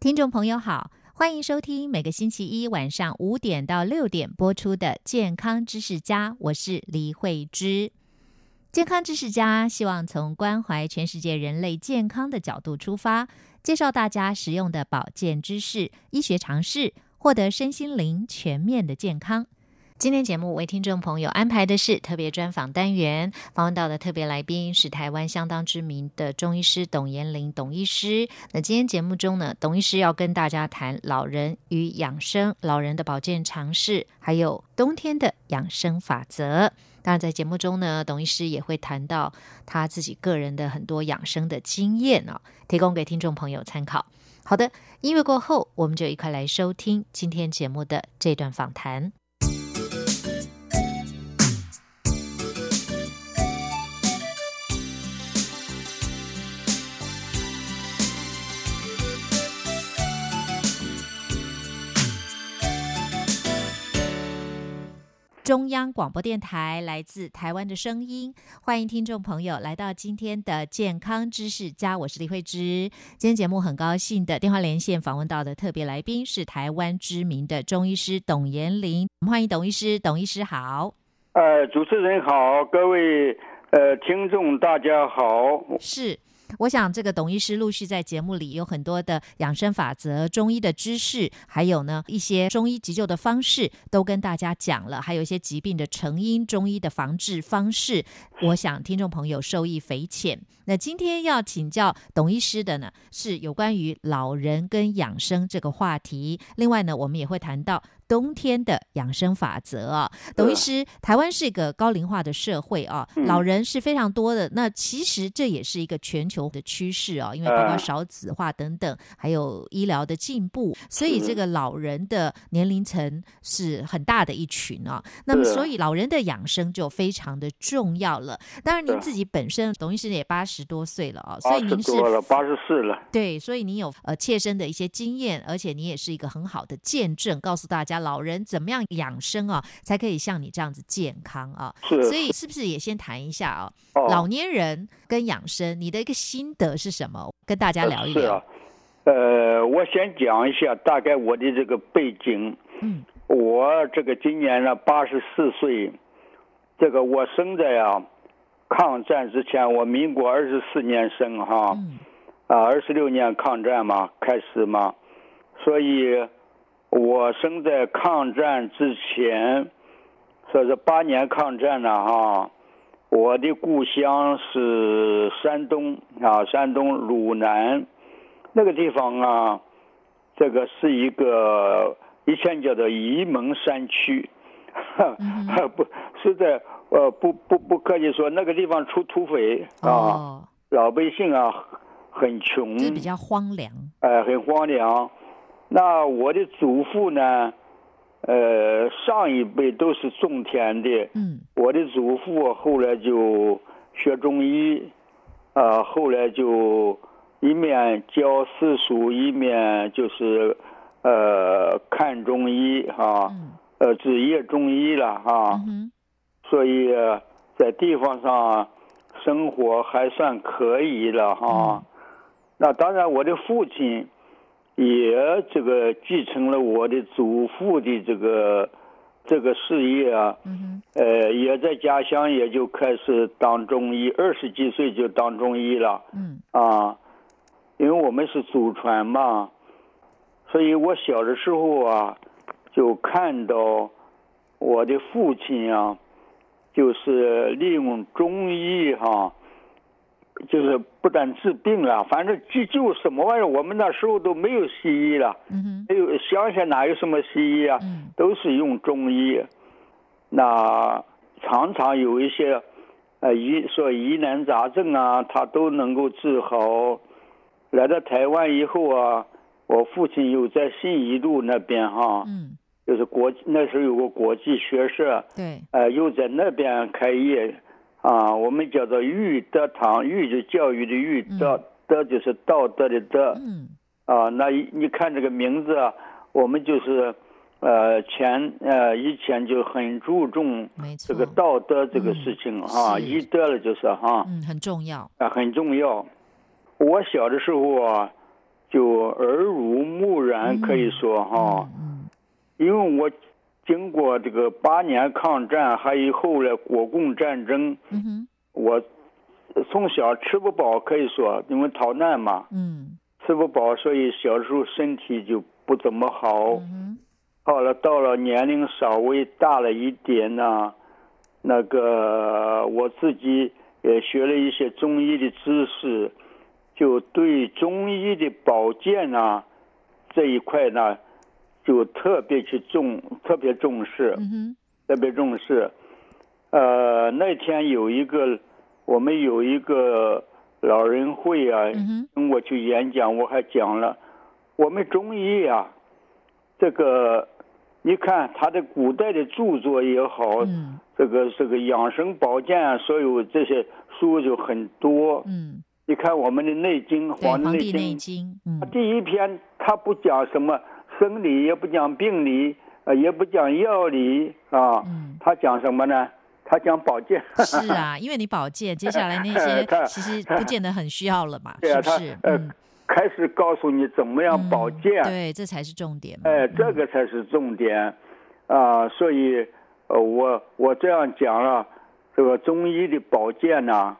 听众朋友好，欢迎收听每个星期一晚上五点到六点播出的《健康知识家》，我是李慧芝。健康知识家希望从关怀全世界人类健康的角度出发，介绍大家实用的保健知识、医学常识，获得身心灵全面的健康。今天节目为听众朋友安排的是特别专访单元，访问到的特别来宾是台湾相当知名的中医师董延龄董医师。那今天节目中呢，董医师要跟大家谈老人与养生、老人的保健常识，还有冬天的养生法则。当然，在节目中呢，董医师也会谈到他自己个人的很多养生的经验哦，提供给听众朋友参考。好的，音乐过后，我们就一块来收听今天节目的这段访谈。中央广播电台来自台湾的声音，欢迎听众朋友来到今天的健康知识家，我是李慧芝。今天节目很高兴的电话连线访问到的特别来宾是台湾知名的中医师董延龄，我们欢迎董医师，董医师好，呃，主持人好，各位呃听众大家好，是。我想，这个董医师陆续在节目里有很多的养生法则、中医的知识，还有呢一些中医急救的方式都跟大家讲了，还有一些疾病的成因、中医的防治方式。我想听众朋友受益匪浅。那今天要请教董医师的呢，是有关于老人跟养生这个话题。另外呢，我们也会谈到冬天的养生法则啊。董医师，台湾是一个高龄化的社会啊，嗯老人是非常多的。那其实这也是一个全球的趋势啊，因为包括呃少子化等等，还有医疗的进步，所以是这个老人的年龄层是很大的一群啊。那么，是所以老人的养生就非常的重要了。当然，您是自己本身董医师也八十多岁了哦，所八以十您是多了，八十四了，对，所以你有呃切身的一些经验，而且你也是一个很好的见证，告诉大家老人怎么样养生啊，才可以像你这样子健康啊。是所以是不是也先谈一下啊？哦老年人跟养生，你的一个心得是什么？跟大家呃聊一是聊。啊，呃，我先讲一下大概我的这个背景，嗯我这个今年呢八十四岁，这个我生在啊抗战之前，我民国二十四年生哈，嗯啊，二十六年抗战嘛，开始嘛，所以我生在抗战之前，说是八年抗战了哈。我的故乡是山东啊，山东鲁南那个地方啊，这个是一个以前叫做沂蒙山区，哈嗯哈 不是在呃不不不客气说，那个地方出土匪啊。哦，老百姓啊很穷，就是比较荒凉。呃很荒凉。那我的祖父呢，呃上一辈都是种田的，嗯我的祖父后来就学中医，啊后来就一面教私塾，一面就是呃看中医啊，嗯呃职业中医了啊。嗯哼所以呃在地方上生活还算可以了哈。那当然，我的父亲也这个继承了我的祖父的这个这个事业啊，嗯呃，也在家乡也就开始当中医，二十几岁就当中医了哼嗯啊，因为我们是祖传嘛，所以我小的时候啊，就看到我的父亲啊，就是利用中医哈、就是不但治病了，反正急救什么玩意儿，我们那时候都没有西医了，嗯哼没有乡下哪有什么西医啊，嗯都是用中医。那常常有一些，呃疑说疑难杂症啊，他都能够治好。来到台湾以后啊，我父亲有在信义路那边哈、嗯，就是国那时候有个国际学社，对，呃，又在那边开业，啊，我们叫做育德堂，育就教育的育，德德就是道德的德，嗯啊，那一你看这个名字啊，我们就是，呃，前呃以前就很注重没错这个道德这个事情啊，哦嗯是医德了就是哈、嗯，很重要。啊，很重要。我小的时候啊，就耳濡目染，可以说哈、嗯因为我经过这个八年抗战，还有后来国共战争，嗯嗯哼，我从小吃不饱，可以说因为逃难嘛，嗯吃不饱，所以小时候身体就不怎么好。嗯哼，后来到了年龄稍微大了一点呢，那个我自己也学了一些中医的知识，就对中医的保健呢这一块呢，就特别去重，特别重视，嗯哼，特别重视。呃，那天有一个，我们有一个老人会啊，嗯哼，跟我去演讲，我还讲了，我们中医啊，这个你看他的古代的著作也好，嗯这个这个养生保健啊，所有这些书就很多。嗯，你看我们的《内经》《对，《黄黄帝帝内内经》经》， 嗯它，第一篇他不讲什么生理，也不讲病理，呃，也不讲药理啊嗯， 他讲什么呢？他讲保健。 是啊，因为你保健，接下来那些看其实不见得很需要了嘛， 对啊，是他不是？呃嗯，开始告诉你怎么样保嗯健。对，这才是重点嘛。哎，嗯这个才是重点啊！所以，呃，我我这样讲了，这个中医的保健呢，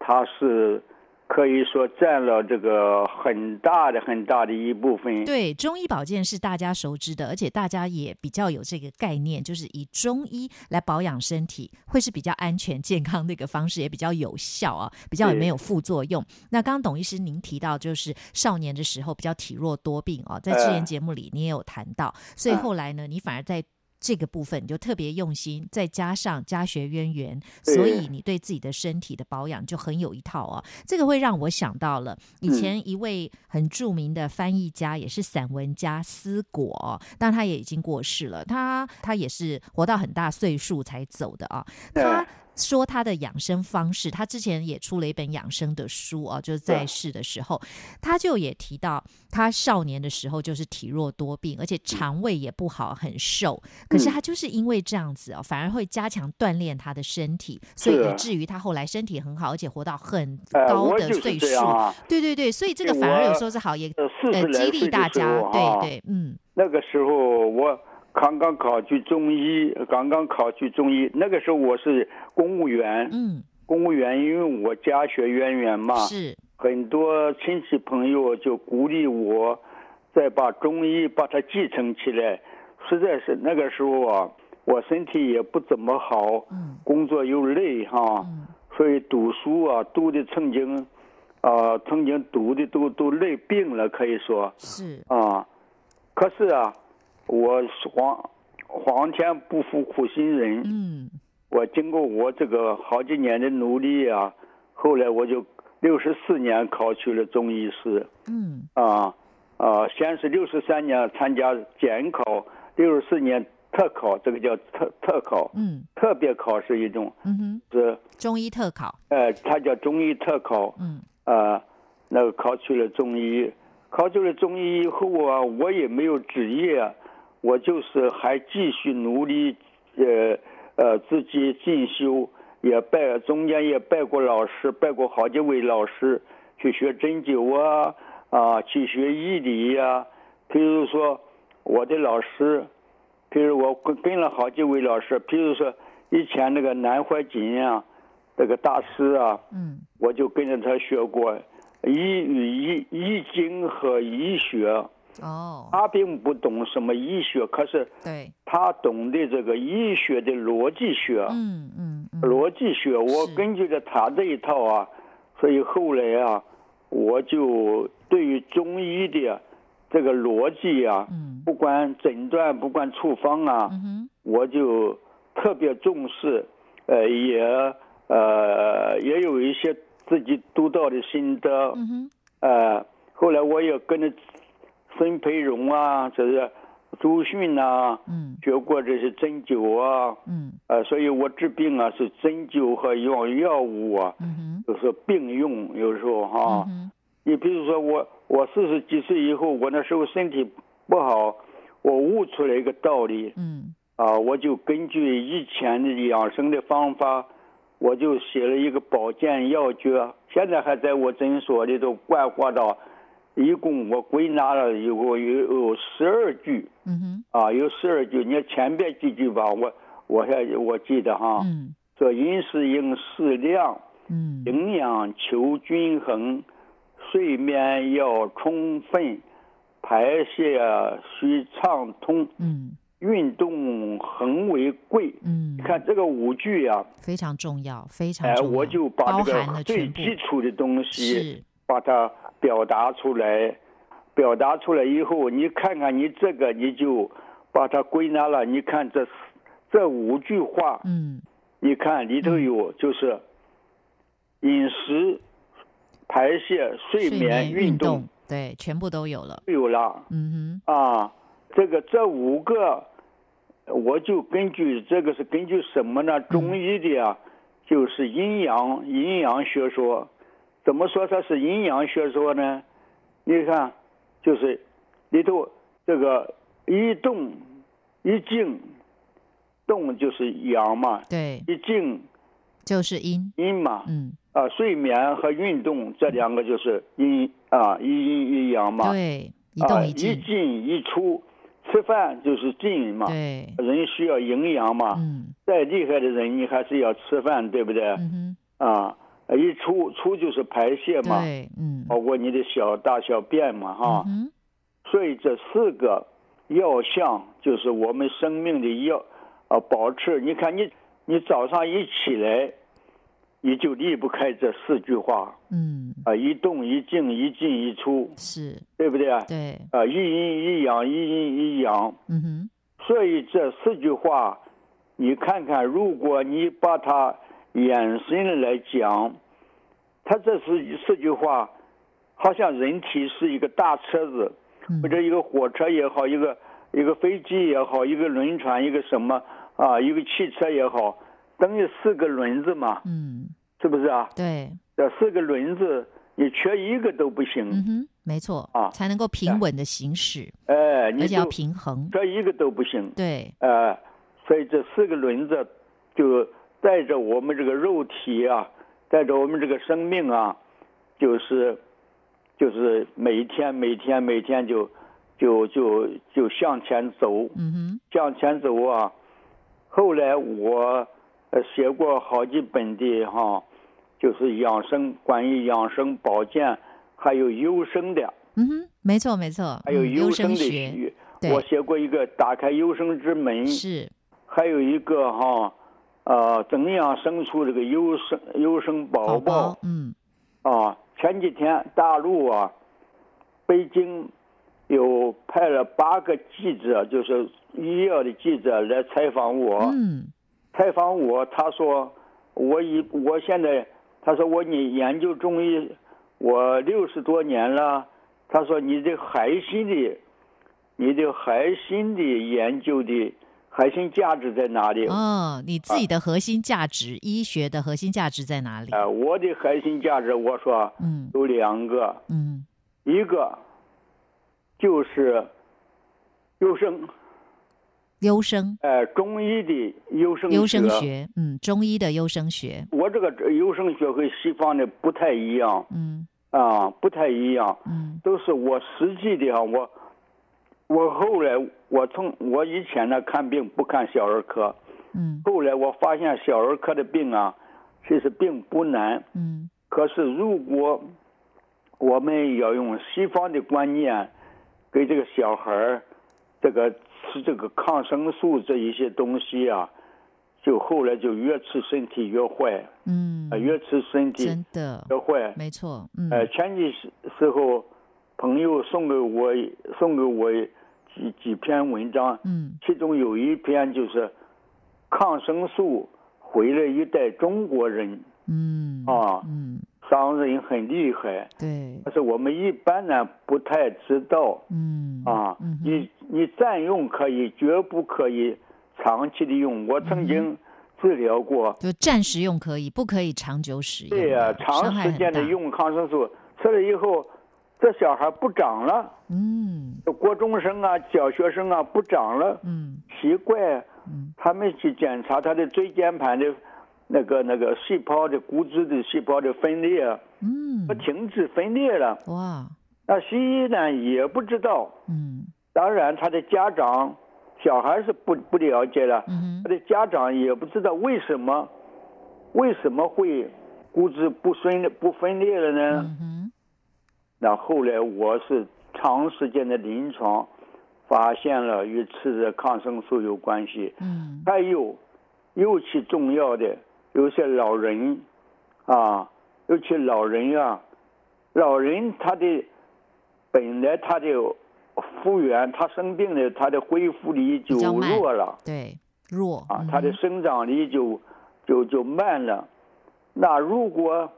它是可以说占了这个很大的很大的一部分。对，中医保健是大家熟知的，而且大家也比较有这个概念，就是以中医来保养身体，会是比较安全健康的一个方式，也比较有效啊，比较也没有副作用。那刚刚董医师您提到，就是少年的时候比较体弱多病哦，在之前呃节目里你也有谈到，所以嗯后来呢，你反而在。这个部分你就特别用心，再加上家学渊源，对所以你对自己的身体的保养就很有一套哦。这个会让我想到了以前一位很著名的翻译家，也是散文家思果、哦，但他也已经过世了。他他也是活到很大岁数才走的啊、对他说他的养生方式，他之前也出了一本养生的书啊、就是在对世的时候，他就也提到他少年的时候就是体弱多病，而且肠胃也不好，很瘦。可是嗯他就是因为这样子哦，反而会加强锻炼他的身体，所以是啊以至于他后来身体很好，而且活到很哎、高我的就是岁数。这样啊，对对对，所以这个对反而有我时候是好，也呃，四呃十来激岁励的大时家。候对啊，对，嗯那个时候我刚刚考去中医，刚刚考去中医，那个时候我是公务员，嗯，公务员，因为我家学渊源嘛，是很多亲戚朋友就鼓励我，再把中医把它继承起来。实在是那个时候啊，我身体也不怎么好，嗯工作又累哈，嗯所以读书啊，读的曾经，啊，曾经读的都都累病了，可以说是，啊。可是啊，我皇皇天不负苦心人，嗯我经过我这个好几年的努力啊，后来我就六十四年考取了中医师嗯啊啊，先是六十三年参加检考，六十四年特考，这个叫特特考，嗯特别考是一种嗯哼，是中医特考，呃，它叫中医特考嗯啊，那个考取了中医，考取了中医以后啊，我也没有职业，啊我就是还继续努力，呃呃自己进修，也拜中间也拜过老师，拜过好几位老师，去学针灸啊啊，去学医理呀、譬如说我的老师，譬如我跟跟了好几位老师，譬如说以前那个南怀瑾啊，那个大师啊。嗯我就跟着他学过医与医医经和医学。哦，他并不懂什么医学，可是对，他懂的这个医学的逻辑学。嗯嗯嗯，逻辑学，我是根据着他这一套啊，所以后来啊，我就对于中医的这个逻辑啊，嗯不管诊断，不管处方啊，嗯哼，我就特别重视。呃，也呃也有一些自己独到的心得。嗯哼，呃，后来我也跟着孙培荣啊，这是朱迅呐、嗯学过这些针灸啊，嗯呃，所以我治病啊是针灸和药药物啊，嗯哼，有时候并用，有时候哈、嗯哼，你比如说我，我四十几岁以后，我那时候身体不好，我悟出来一个道理嗯啊，我就根据以前的养生的方法，我就写了一个保健要诀，现在还在我诊所里头挂挂到，一共我归纳了有有有十二句嗯哼，啊，有十二句，你看前边几句吧，我我还我记得哈，嗯说饮食应适量。嗯营养求均衡，睡眠要充分，排泄啊需畅通，嗯运动恒为贵。嗯你，看这个五句啊，非常重要，非常哎、重要，我就把包这含个了最全部，基础的东西是，把它表达出来。表达出来以后，你看看你这个，你就把它归纳了。你看这四这五句话，嗯你看里头有就是饮食、排泄、睡嗯睡眠、运运动，对，全部都有了，都有了嗯啊。这个这五个，我就根据这个是根据什么呢？中医的啊，就是阴阳阴阳学说。怎么说它是阴阳学说呢？你看，就是里头这个一动一静，动就是阳嘛哼，，对，一静就是阴，阴嘛，嗯，啊，睡眠和运动这两个就是阴啊，一阴一阳嘛。对，一动啊、静，进一出，吃饭就是进嘛。对，人需要营养嘛，嗯再厉害的人你还是要吃饭，对不对？嗯哼，啊，一出出就是哦啊排泄嘛，对，嗯，包括你的小大小便嘛，哈。嗯所以这四个要项就是我们生命的要啊保持。你看你你早上一起来，你就离不开这四句话哼嗯，啊，一动一静，一进一出，是，对不对啊？对，啊，一阴一阳，一阴一阳。嗯哼，所以这四句话，你看看，如果你把它延伸来讲，它这四四句话，好像人体是一个大车子，嗯或者一个火车也好，一个一个飞机也好，一个轮船，一个什么啊，一个汽车也好，等于四个轮子嘛，嗯，是不是啊？对，这四个轮子，你缺一个都不行嗯，哼，没错，啊才能够平稳的行驶，哎，而你且要就平衡，缺一个都不行。对，呃，所以这四个轮子就带着我们这个肉体啊，带着我们这个生命啊，就是就是每天每天每天就就就就向前走，嗯哼，向前走啊。后来我呃写过好几本的哈、就是养生关于养生保健，还有优生的，嗯哼，没错没错，还有嗯优优生生的学，学。对我写过一个打开优生之门，是，还有一个哈，呃，怎样生出这个优生优生宝宝宝宝，嗯啊？前几天大陆啊，北京有派了八个记者，就是医药的记者来采访我，嗯采访我，他说我以我现在，他说我你研究中医，我六十多年了，他说你的核心的，你的核心的研究的核心价值在哪里？哦，你自己的核心价值，医学的核心价值在哪里？啊呃，我的核心价值，我说嗯有两个，嗯一个就是优生，优生呃，中医的优生优生学，嗯，中医的优生学，我这个优生学和西方的不太一样嗯啊、不太一样，嗯都是我实际的啊，我我后来我从我以前呢看病不看小儿科，嗯后来我发现小儿科的病啊，其实并不难，嗯可是如果我们要用西方的观念给这个小孩儿这个吃这个抗生素这一些东西啊，就后来就越吃身体越坏，嗯呃，越吃身体真的越坏。没错，嗯呃，前几时时候，朋友送给我送给我几几篇文章，嗯其中有一篇就是抗生素回了一代中国人，嗯，啊嗯，商人很厉害，对，但是我们一般人不太知道嗯，啊嗯。哼你你占用可以，绝不可以长期的用。我曾嗯经治疗过，就暂时用可以，不可以长久使用的。对呀、哎伤长害时很间的大，用抗生素，吃了以后，这小孩不长了，嗯国中生啊、小学生啊不长了，嗯奇怪，嗯他们去检查他的椎间盘的那个那个细胞的骨质的细胞的分裂，嗯它，停止分裂了。哇，那西医呢也不知道，嗯当然他的家长、小孩是不不了解的，嗯他的家长也不知道为什么，为什么会骨质不分裂不分裂了哼呢？嗯哼，那后来我是长时间的临床，发现了与吃的抗生素有关系。嗯还有，尤其重要的，有些老人啊，尤其老人啊，老人他的本来他的复原，他生病了，他的恢复力就比较慢弱了对，弱啊嗯，他的哼生长力就就就慢了。那如果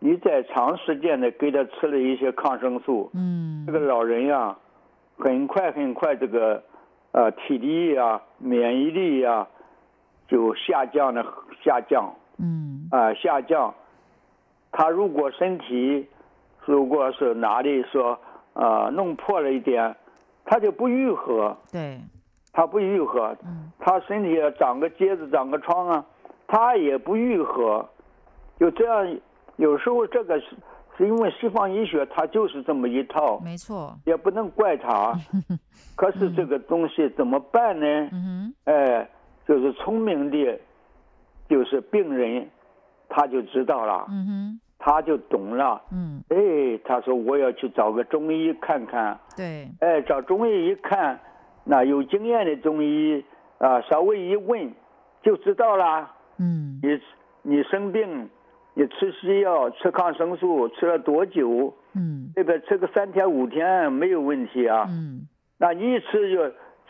你在长时间的给他吃了一些抗生素，嗯这个老人呀、很快很快这个呃体力呀、免疫力呀、就下降了，下降嗯啊、下降。他如果身体如果是哪里说呃弄破了一点，他就不愈合，对，他不愈合，嗯他身体啊长个疖子、长个疮啊，他也不愈合。就这样，有时候这个是是因为西方医学它就是这么一套，没错，也不能 怪他。啊可是这个东西怎么办呢？嗯哎，就是聪明的，就是病人，他就知道了哼，嗯哼他就懂了。嗯哎，他说我要去找个中医看看。对，哎，找中医一看，那有经验的中医啊，稍微一问就知道啦。嗯你你生病，你吃西药、吃抗生素吃了多久？嗯这个吃个三天五天没有问题啊。嗯那你一吃就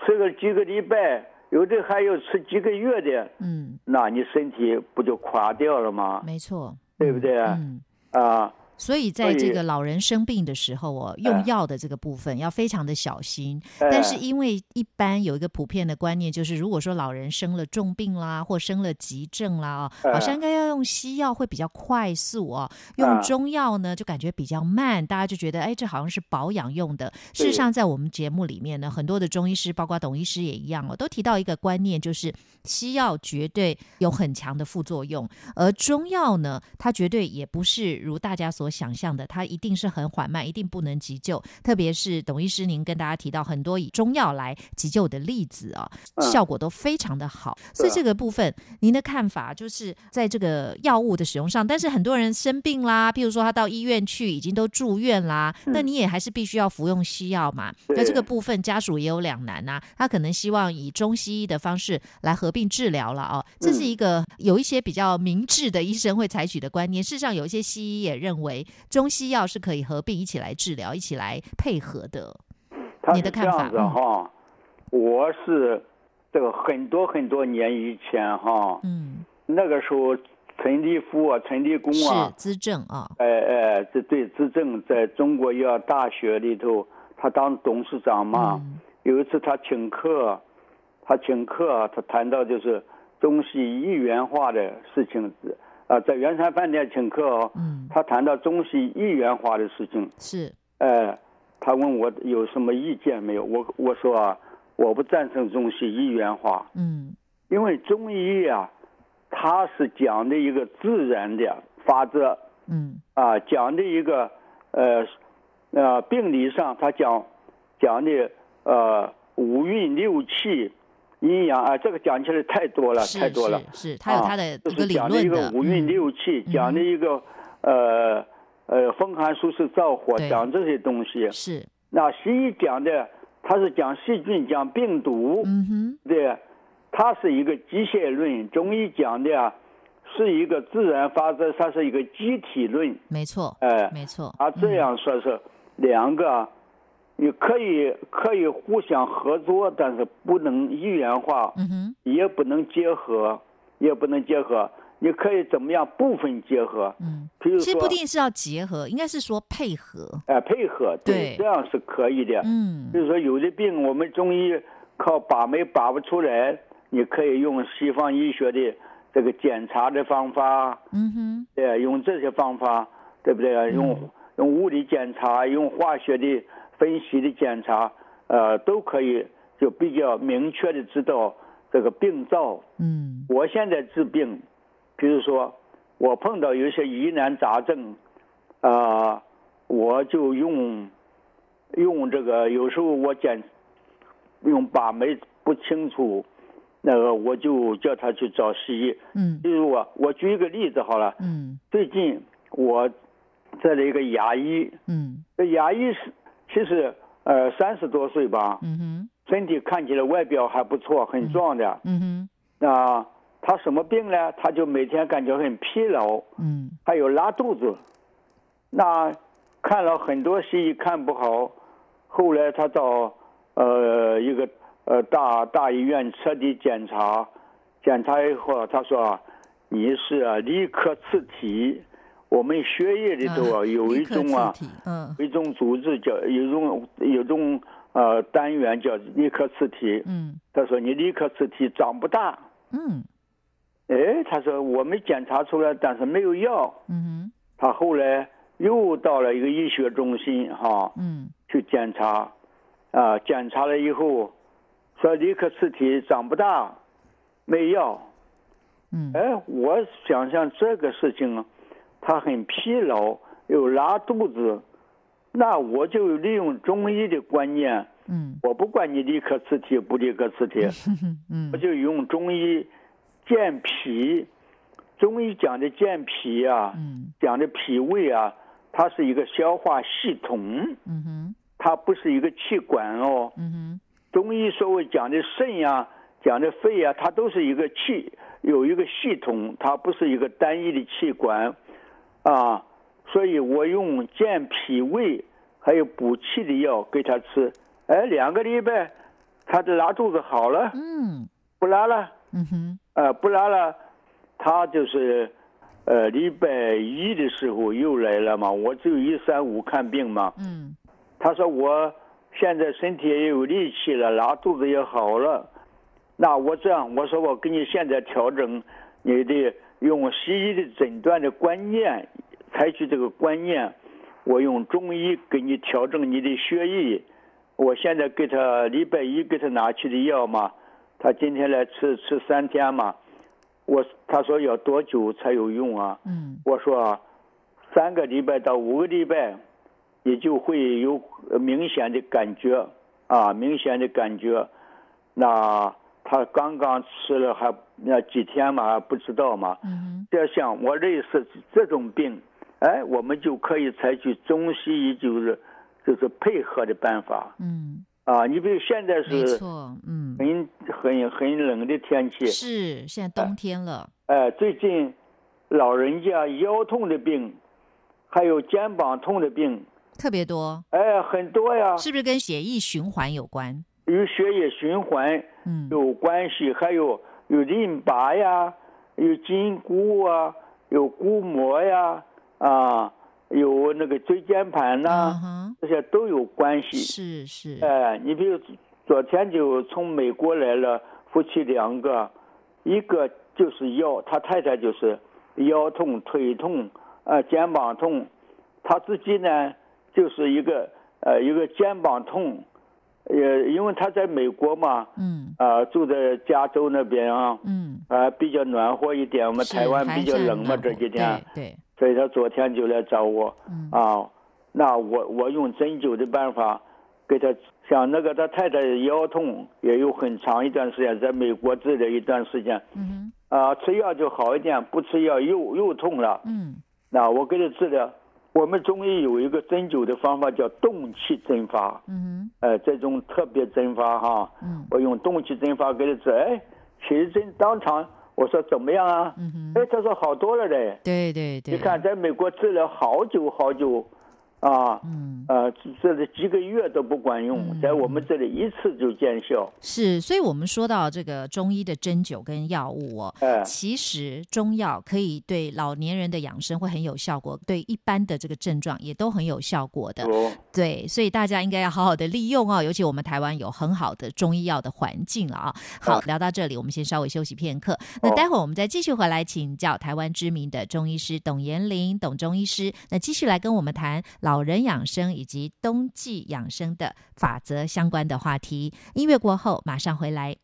吃个几个礼拜，有的还要吃几个月的，嗯，那你身体不就垮掉了吗？没错，对不对？嗯。啊，所以，在所这以个老人生病的时候哦，用药的这个部分要非常的小心。哎但是，因为一般有一个普遍的观念，就是如果说老人生了重病啦，或生了急症啦，哦，哎好像应该要用西药会比较快速哦，用啊中药呢就感觉比较慢，大家就觉得哎，这好像是保养用的。事实对上，在我们节目里面呢，很多的中医师，包括董医师也一样哦，都提到一个观念，就是西药绝对有很强的副作用，而中药呢，它绝对也不是如大家所想象的，它一定是很缓慢，一定不能急救。特别是董医师，您跟大家提到很多以中药来急救的例子啊、嗯啊效果都非常的好。所以对这个部分，您的看法就是在这个药物的使用上，但是很多人生病啦，譬如说他到医院去已经都住院啦，那你也还是必须要服用西药嘛。那这嗯对个部分家属也有两难呐、他可能希望以中西医的方式来合并治疗了哦，这嗯是一个有一些比较明智的医生会采取的观念。事实上，有一些西医也认为中西药是可以合并一起来治疗、一起来配合的。他你是的这看法嗯样子哈，我是这个很多很多年以前哈，嗯，那个时候陈立夫啊、陈立功是啊，资政啊、哎哎，这对执政在中国医药大学里头，他当董事长嘛。嗯有一次他请客，他请客，啊他谈到就是中西一元化的事情，啊，在圆山饭店请客哦，嗯，他谈到中西一元化的事情，是呃，他问我有什么意见没有，我我说啊，我不赞成中西一元化，嗯因为中医啊，它是讲的一个自然的法则嗯啊，讲的一个呃呃病理上，它讲讲的呃五运六气阴阳啊，这个讲起来太多了，是太多了啊是。是，他有他的就一个是理讲的一论个的，五嗯运六气，嗯讲的一个呃呃风寒暑湿燥火，对讲这些东西。是那西医讲的，它是讲细菌，讲病毒。嗯哼对，它是一个机械论，中医讲的啊，是一个自然发生，它是一个机体论，没错哎、没错嗯啊，这样说是两个啊，你可以可以互相合作，但是不能一元化，嗯哼也不能结合，也不能结合。你可以怎么样部分结合？嗯，比如其实不说一，定是要结合，应该是说配合。哎、配合，对这样是可以的。嗯就是说，有的病我们中医靠把脉把不出来，你可以用西方医学的这个检查的方法，嗯哼，对，用这些方法，对不对？用用物理检查，用化学的分析的检查，呃，都可以就比较明确的知道这个病灶。嗯我现在治病，比如说我碰到有一些疑难杂症，啊、我就用用这个，有时候我检用把脉不清楚，那个我就叫他去找西医。嗯比如我我举一个例子好了，嗯最近我这里一个牙医，嗯这牙医是其实呃三十多岁吧，嗯哼身体看起来外表还不错，很壮的。嗯哼那、他什么病呢？他就每天感觉很疲劳，嗯还有拉肚子。那看了很多西医看不好，后来他到呃一个呃大大医院彻底检查，检查以后他说啊你是啊立克刺体，我们血液里头啊有一种呃啊，立刻自体嗯有一种组织叫有一种有一种呃单元叫立克刺体，嗯他说你立克刺体长不大，嗯哎，他说我们检查出来，但是没有药。嗯哼他后来又到了一个医学中心哈、嗯去检查，啊、检查了以后说立克刺体长不大，没药。嗯哎，我想想这个事情，他很疲劳，又拉肚子，那我就利用中医的观念，嗯我不管你立克刺体不立克刺体，嗯嗯我就用中医健脾，中医讲的健脾啊，嗯讲的脾胃啊，它是一个消化系统，嗯哼它不是一个器官哦。嗯哼中医所谓讲的肾呀、讲的肺呀、它都是一个器，有一个系统，它不是一个单一的器官啊。所以我用健脾胃还有补气的药给他吃，哎，两个礼拜，他的拉肚子好了，嗯不拉了。嗯哼呃，布拉拉，他就是，呃，礼拜一的时候又来了嘛，我只有一三五看病嘛。嗯他说我现在身体也有力气了，拉肚子也好了，那我这样，我说我给你现在调整你的用西医的诊断的观念，采取这个观念，我用中医给你调整你的血液。我现在给他礼拜一给他拿去的药嘛，他今天来吃吃三天嘛，我他说要多久才有用啊？嗯我说啊，三个礼拜到五个礼拜，也就会有呃明显的感觉啊，明显的感觉。那他刚刚吃了还那几天嘛，还不知道嘛。嗯哼这像我类似这种病，哎，我们就可以采取中西医就是就是配合的办法嗯，啊。你比如现在没是错，嗯很很很冷的天气，是现在冬天了，哎，最近老人家腰痛的病，还有肩膀痛的病，特别多，哎，很多呀，是不是跟血液循环有关？与血液循环嗯有关系，还有有淋巴呀，有筋骨啊，有骨膜呀，啊，有那个椎间盘呐、嗯哼，这些都有关系。是是，哎，你比如昨天就从美国来了夫妻两个，一个就是腰，他太太就是腰痛、腿痛、呃肩膀痛，他自己呢就是一个呃一个肩膀痛，呃，因为他在美国嘛，嗯啊、住在加州那边啊，嗯，啊、比较暖和一点，我们是台湾还比较是很冷嘛暖这和几天，啊对对，所以他昨天就来找我。嗯啊，那我我用针灸的办法给他，像那个他太太腰痛也有很长一段时间，在美国治疗一段时间，嗯哼啊，吃药就好一点，不吃药又又痛了。嗯那我给他治疗，我们中医有一个针灸的方法叫动气针法，嗯呃，这种特别针法哈，哼嗯我用动气针法给他治，哎，起一针当场，我说怎么样啊？嗯哼，哎，他说好多了嘞。对对对，你看，在美国治疗好久好久，啊，嗯，呃，这这里几个月都不管用，嗯在我们这里一次就见效。是，所以我们说到这个中医的针灸跟药物哦，哎，其实中药可以对老年人的养生会很有效果，对一般的这个症状也都很有效果的。有嗯对，所以大家应该要好好的利用哦，尤其我们台湾有很好的中医药的环境了啊、好，聊到这里，我们先稍微休息片刻。那哦待会儿我们再继续回来请教台湾知名的中医师董延龄董中医师，那继续来跟我们谈老人养生以及冬季养生的法则相关的话题。音乐过后马上回来。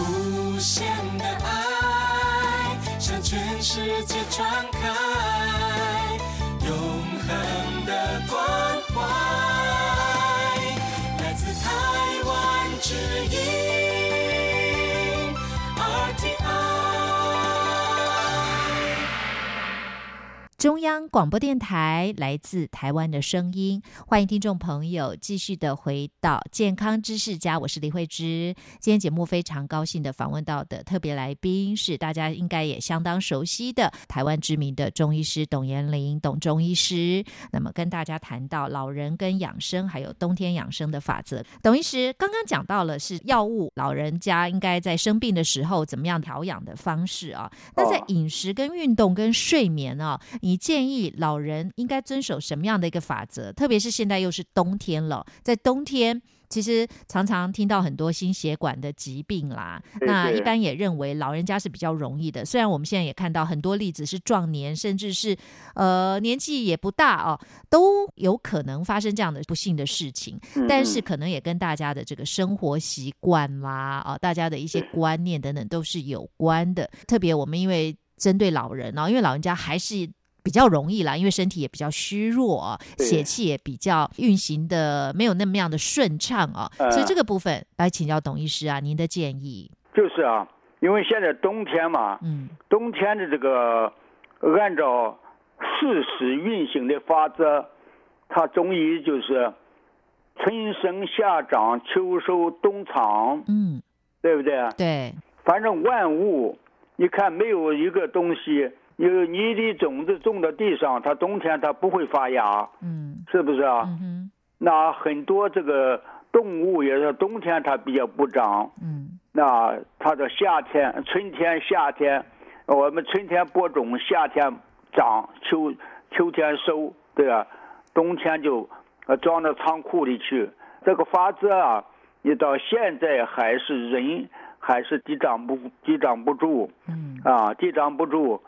无限的爱向全世界传开，永恒的关怀，来自台湾之音 RTI。中央广播电台来自台湾的声音，欢迎听众朋友继续的回到健康知识家，我是李慧芝。今天节目非常高兴的访问到的特别来宾是大家应该也相当熟悉的台湾知名的中医师董延龄董中医师。那么跟大家谈到老人跟养生，还有冬天养生的法则。董医师刚刚讲到了是药物，老人家应该在生病的时候怎么样调养的方式啊？那在哦饮食、跟运动、跟睡眠啊，你建议老人应该遵守什么样的一个法则？特别是现在又是冬天了，在冬天。其实常常听到很多心血管的疾病啦，对那对一般也认为老人家是比较容易的。虽然我们现在也看到很多例子是壮年，甚至是呃年纪也不大哦，都有可能发生这样的不幸的事情。嗯但是嗯可能也跟大家的这个生活习惯啦，啊，大家的一些观念等等都是有关的。特别我们因为针对老人啊，因为老人家还是。比较容易啦，因为身体也比较虚弱啊、对血气也比较运行的没有那么样的顺畅啊，呃所以这个部分来请教董医师啊，您的建议。就是啊，因为现在冬天嘛，嗯冬天的这个按照事实运行的法则，它中医就是春生夏长秋收冬藏，嗯，对不对？啊对，反正万物，你看没有一个东西，有你的种子种到地上，它冬天它不会发芽，嗯是不是啊？嗯哼那很多这个动物也是冬天它比较不长，嗯那它的夏天、春天、夏天，我们春天播种，夏天长，秋秋天收，对吧？冬天就呃装到仓库里去。这个法则啊，你到现在还是人还是抵挡不抵挡不住嗯啊，抵挡不住。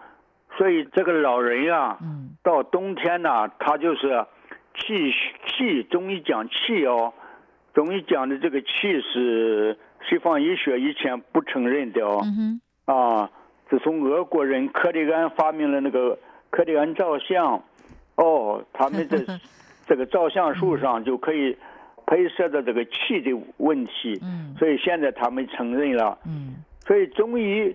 所以这个老人啊，嗯到冬天呢，它就是气气，中医讲气哦，中医讲的这个气是西方医学以前不承认的哦嗯哼啊，自从俄国人柯利安发明了那个柯利安照相，哦，他们在 这个照相术上就可以拍摄到这个气的问题，嗯所以现在他们承认了。嗯所以中医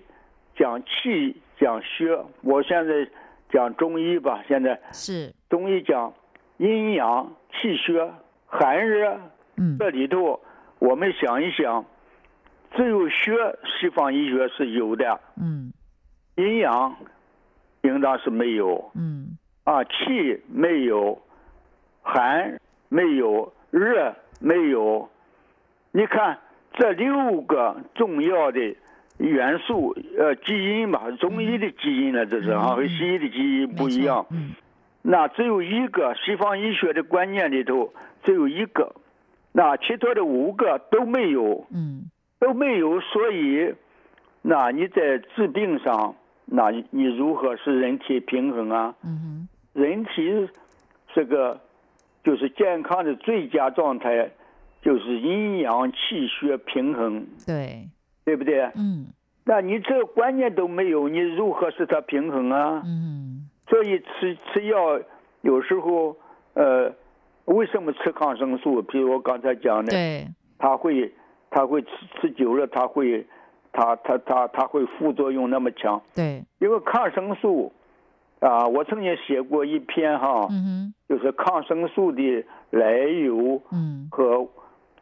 讲气讲血，我现在讲中医吧，现在是中医讲阴阳气血寒热，嗯这里头我们想一想，只有血，西方医学是有的，嗯阴阳应当是没有嗯啊，气没有，寒没有，热没有。你看这六个重要的元素，呃，基因吧，中医的基因呢，这是啊，嗯和西医的基因不一样。没错嗯那只有一个西方医学的观念里头，只有一个，那其他的五个都没有，嗯都没有，所以，那你在治病上，那你你如何使人体平衡啊？嗯哼，人体这个就是健康的最佳状态，就是阴阳气血平衡，对，对不对？嗯那你这个观念都没有，你如何使它平衡啊？嗯所以吃吃药有时候，呃，为什么吃抗生素？比如我刚才讲的，对，它会它会吃吃久了，它会它它它它会副作用那么强，对，因为抗生素啊，我曾经写过一篇哈，嗯就是抗生素的来由哼，嗯和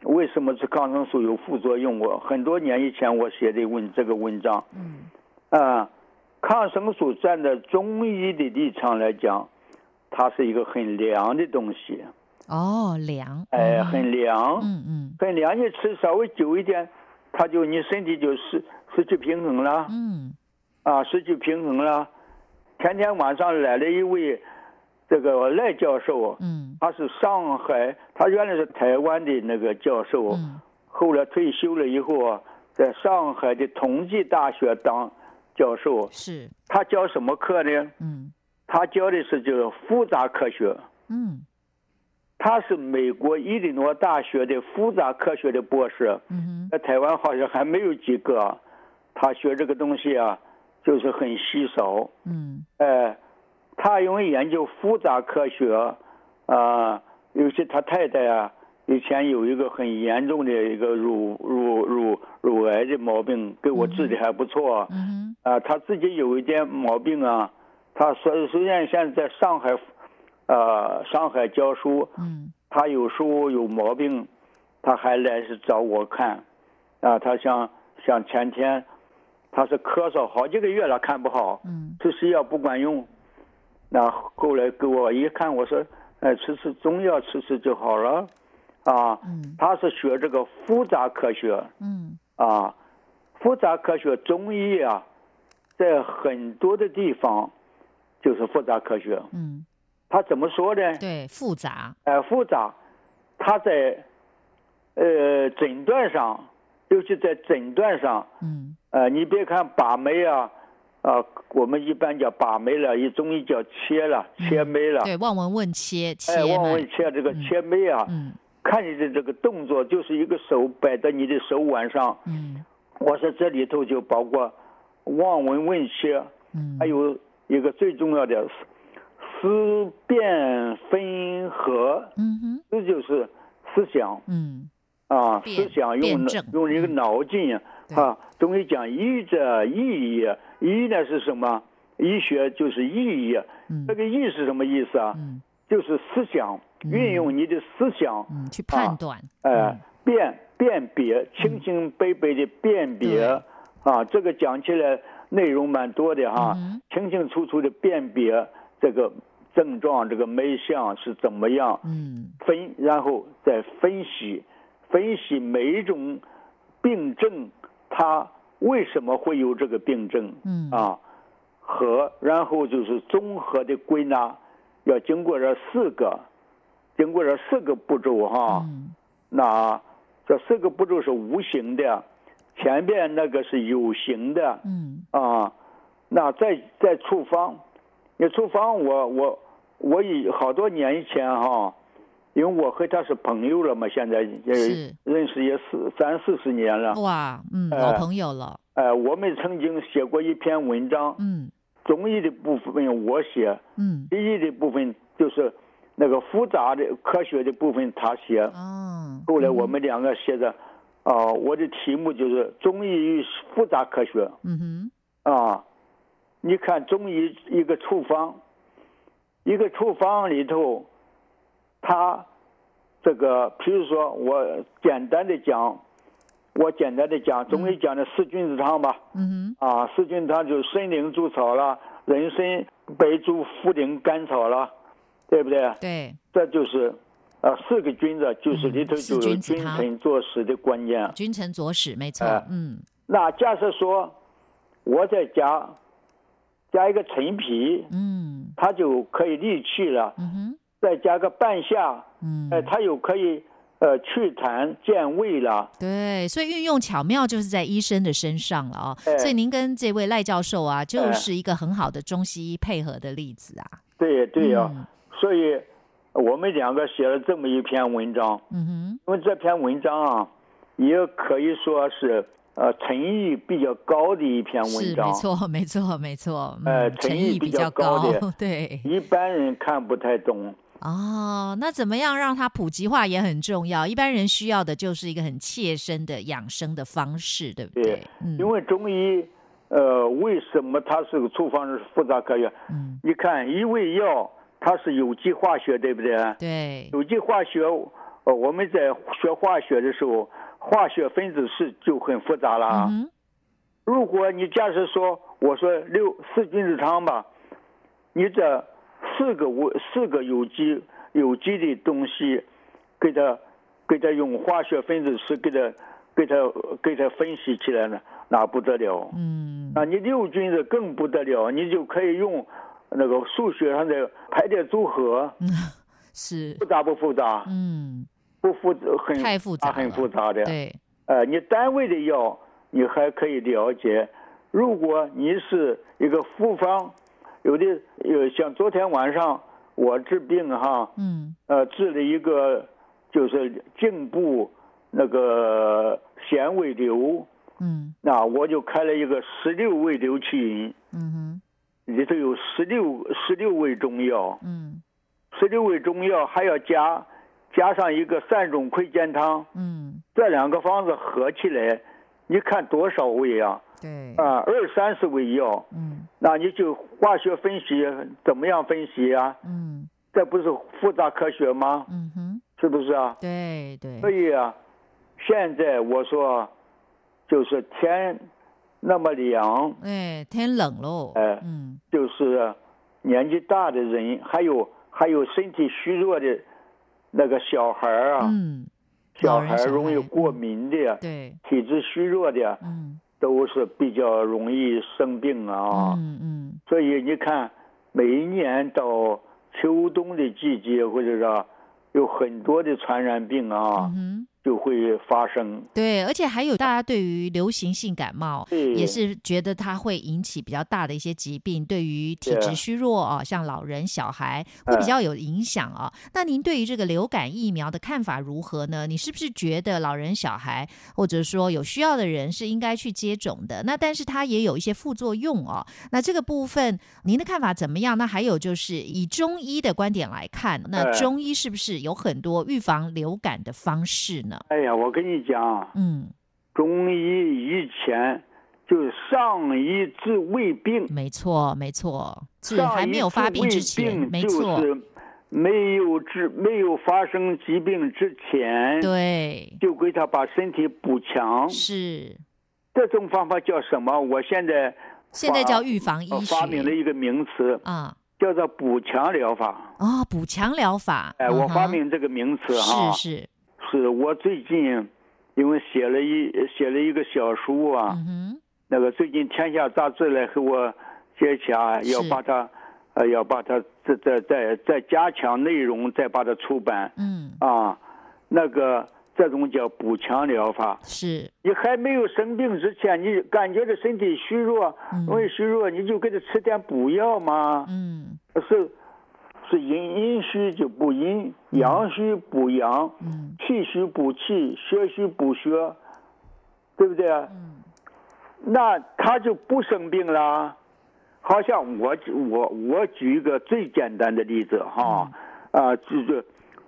为什么吃抗生素有副作用。我很多年以前我写的文这个文章嗯啊，抗生素站在中医的立场来讲，它是一个很凉的东西，哦，凉，哎，嗯哼很凉，嗯嗯很凉，你吃稍微久一点，它就你身体就失失去平衡了嗯啊，失去平衡了。前天晚上来了一位这个赖教授，嗯他是上海，他原来是台湾的那个教授，嗯，后来退休了以后啊，在上海的同济大学当教授。是，他教什么课呢？嗯他教的是就是复杂科学。嗯他是美国伊利诺大学的复杂科学的博士。嗯哼，在台湾好像还没有几个啊，他学这个东西啊，就是很稀少。嗯呃，他因为研究复杂科学，啊、尤其他太太啊，以前有一个很严重的一个乳乳乳乳癌的毛病，给我治的还不错啊。嗯哼，啊、他自己有一点毛病啊，他虽虽然现在在上海，呃，上海教书，嗯他有时候有毛病，他还来是找我看，啊，他像像前天，他是咳嗽好几个月了，看不好，嗯吃西药不管用，那后来给我一看，我说，哎，吃吃中药吃吃就好了，啊，嗯他是学这个复杂科学嗯啊，复杂科学中医啊，在很多的地方就是复杂科学，嗯，他怎么说呢？对，复杂，呃复杂，它在呃诊断上，尤其在诊断上，嗯呃，你别看把脉啊，啊、我们一般叫把脉了，一中医叫切了，切嗯脉了，对，望闻问切切哎，望脉闻切这个嗯切脉啊，嗯看你的这个动作，就是一个手摆在你的手腕上，嗯我说这里头就包括望闻问切，嗯，还有一个最重要的思思辨分合，嗯哼，这就是思想。嗯啊，辩思想辩用脑证嗯用一个脑筋对啊，中医讲医者意也，医呢是什么？医学就是意义，嗯这个意是什么意思啊？嗯就是思想，嗯运用你的思想，嗯，去啊判断，呃，辨辨别，清清白白的辨别嗯对啊，这个讲起来内容蛮多的哈嗯哼，清清楚楚的辨别这个症状，这个脉象是怎么样，嗯分，然后再分析，分析每一种病症它为什么会有这个病症嗯啊，和然后就是综合的归纳，要经过这四个，经过这四个步骤哈、嗯那这四个步骤是无形的，前面那个是有形的，嗯啊，那在在处方，你处方我我我以好多年以前哈、因为我和他是朋友了嘛，现在也是认识也四三四十年了。哇，嗯，呃老朋友了，哎、我们曾经写过一篇文章，嗯中医的部分我写，嗯西医的部分就是那个复杂的科学的部分他写。啊，后来我们两个写的，啊、我的题目就是中医与复杂科学。嗯哼，啊，你看中医一个处方，一个处方里头，它这个，比如说我简单的讲，我简单的讲，中医讲的四君子汤吧，嗯啊，四君子汤就是参苓苎草啦，人参、白术、茯苓、甘草啦，对不对？啊哼，对，这就是。啊，四个君子就是里嗯头就四有君子君汤臣佐使的观念。君臣佐使，没错哎，嗯那假设说我在家加一个陈皮，嗯它就可以利气了；嗯哼，再加个半夏，哎嗯哎、它又可以呃祛痰健胃啦。对，所以运用巧妙就是在医生的身上了哦。哎所以您跟这位赖教授啊，就哎是一个很好的中西医配合的例子啊。对对呀、嗯所以我们两个写了这么一篇文章，嗯因为这篇文章啊，也可以说是呃诚意比较高的一篇哼，是文没章，啊错，没错，没错。嗯呃诚诚意意比比较较高高，的对。一般人看不太懂。哦，那怎么样让它普及化也很重要。一般人需要的就是一个很切身的养生的方式，对不对对？嗯因为中医，呃，为什么它是个处方是复杂科学？嗯，你看，一味药它是有机化学，对不对？对，有机化学，呃，我们在学化学的时候，化学分子式就很复杂了啊。嗯哼，如果你假设说，我说六四君子汤吧，你这四个无四个有机有机的东西，给它给它用化学分子式给它给它给它分析起来呢，那不得了。嗯，啊，你六君子更不得了，你就可以用那个数学上的排列组合，是复，杂不复杂？嗯，不复很太复杂了很复杂的。对，呃，你单位的药你还可以了解，如果你是一个复方，有的有像昨天晚上我治病哈，嗯，呃，治了一个就是颈部那个咸胃瘤，嗯，那我就开了一个十六味瘤气饮，嗯哼，里头有十六十六味中药，嗯，十六味中药还要加加上一个三种溃煎汤，嗯，这两个方子合起来，你看多少味啊？对，啊，二三十味药，嗯，哦那你就化学分析怎么样分析啊？嗯，这不是复杂科学吗？嗯哼，是不是啊？对对，所以啊，现在我说，就是天那么凉，哎，天冷喽，哎嗯，就是年纪大的人，还有还有身体虚弱的那个小孩儿啊，嗯，小老人孩儿小容易孩过嗯敏的，对，体质虚弱的，嗯，都是比较容易生病啊。嗯嗯，所以你看，每一年到秋冬的季节，或者说有很多的传染病啊嗯，哼。就会发生。对，而且还有大家对于流行性感冒对也是觉得它会引起比较大的一些疾病，对于体对质啊虚弱啊，像老人、小孩会比哎较有影响啊。那您对于这个流感疫苗的看法如何呢？你是不是觉得老人、小孩或者说有需要的人是应该去接种的？那但是它也有一些副作用哦。那这个部分您的看法怎么样？那还有就是以中医的观点来看，那哎中医是不是有很多预防流感的方式呢？哎呀，我跟你讲啊，嗯。中医以前就是上医治未病，没错，没错，是上还没医有发治病未之前，病没就错，是没有治没有发生疾病之前，对，就给他把身体补强。是。这种方法叫什么？我现在现在发叫预防医呃发明了学一个名词，啊，叫做补强疗法。哦，补强疗法，哎，嗯我发哼明这个名词哈，是是，是我最近因为写了一写了一个小书啊，嗯哼，那个最近《天下》杂志来和我接洽，是要把它，呃，要把它再再再再加强内容，再把它出版嗯，啊。那个这种叫补强疗法，是，你还没有生病之前，你感觉这身体虚弱，嗯容易虚弱，你就给他吃点补药嘛，嗯是是阴阴虚就补阴，阳虚补阳。嗯气虚补气，血虚补血，对不对？啊嗯，那他就不生病啦。好像我举我我举一个最简单的例子哈，嗯啊，就是